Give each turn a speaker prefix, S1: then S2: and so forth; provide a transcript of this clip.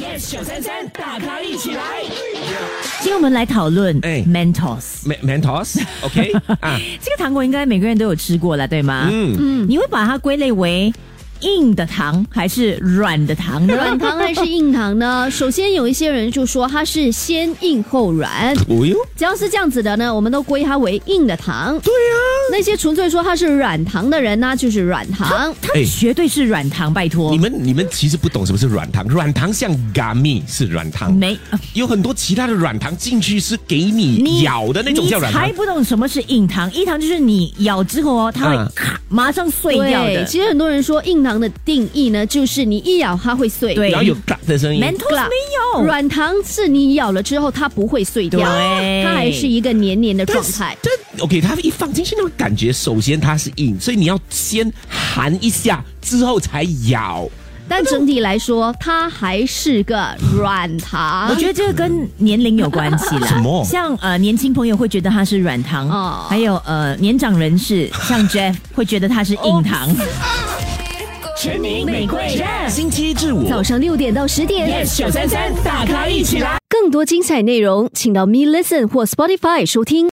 S1: yes 九三三，大咖一起来。
S2: 今天我们来讨论
S3: 哎
S2: Mentos
S3: Man- Mentos，OK 啊，
S2: 这个糖果，应该每个人都有吃过了，对吗？
S3: 嗯，
S2: 嗯，你会把它归类为硬的糖还是软的糖呢？
S4: 软糖还是硬糖呢？首先有一些人就说它是先硬后软，
S3: 哦哟，
S4: 只要是这样子的呢，我们都归它为硬的糖。对呀、那些纯粹说它是软糖的人呢，就是软糖。
S2: 它绝对是软糖，拜托
S3: 哎你。们你们其实不懂什么是软糖，软糖像 gummy 是软糖，
S2: 没，
S3: 有很多其他的软糖进去是给
S2: 你
S3: 你咬的那种叫软
S2: 你
S3: 糖
S2: 才，不懂什么是硬糖。硬糖就是你咬之后哦，它会
S3: 啊
S2: 咔马上碎掉
S4: 对，
S2: 的。
S4: 其实很多人说硬糖的定义呢，就是你一咬它会碎。
S2: 对
S3: 然后有嘎的声音，
S2: Mentos 没有
S4: 软糖是你咬了之后它不会碎掉，
S2: 对
S4: 它还是一个黏黏的状
S3: 但是
S4: 态。
S3: 但 OK，它一放进去那种感觉，首先它是硬，所以你要先含一下之后才咬。
S4: 但整体来说，它还是个软糖。
S2: 我觉得这个跟年龄有关系啦。
S3: 啊 什么
S2: 像呃年轻朋友会觉得它是软糖，
S4: 哦
S2: 还有呃年长人士像 Jeff 会觉得它是硬糖。
S1: 全民玫瑰 yes
S3: 星期一至五
S4: 早上六点到十点
S1: yes 九三三，大咖一起来。
S4: 更多精彩内容，请到 Me Listen 或 Spotify 收听。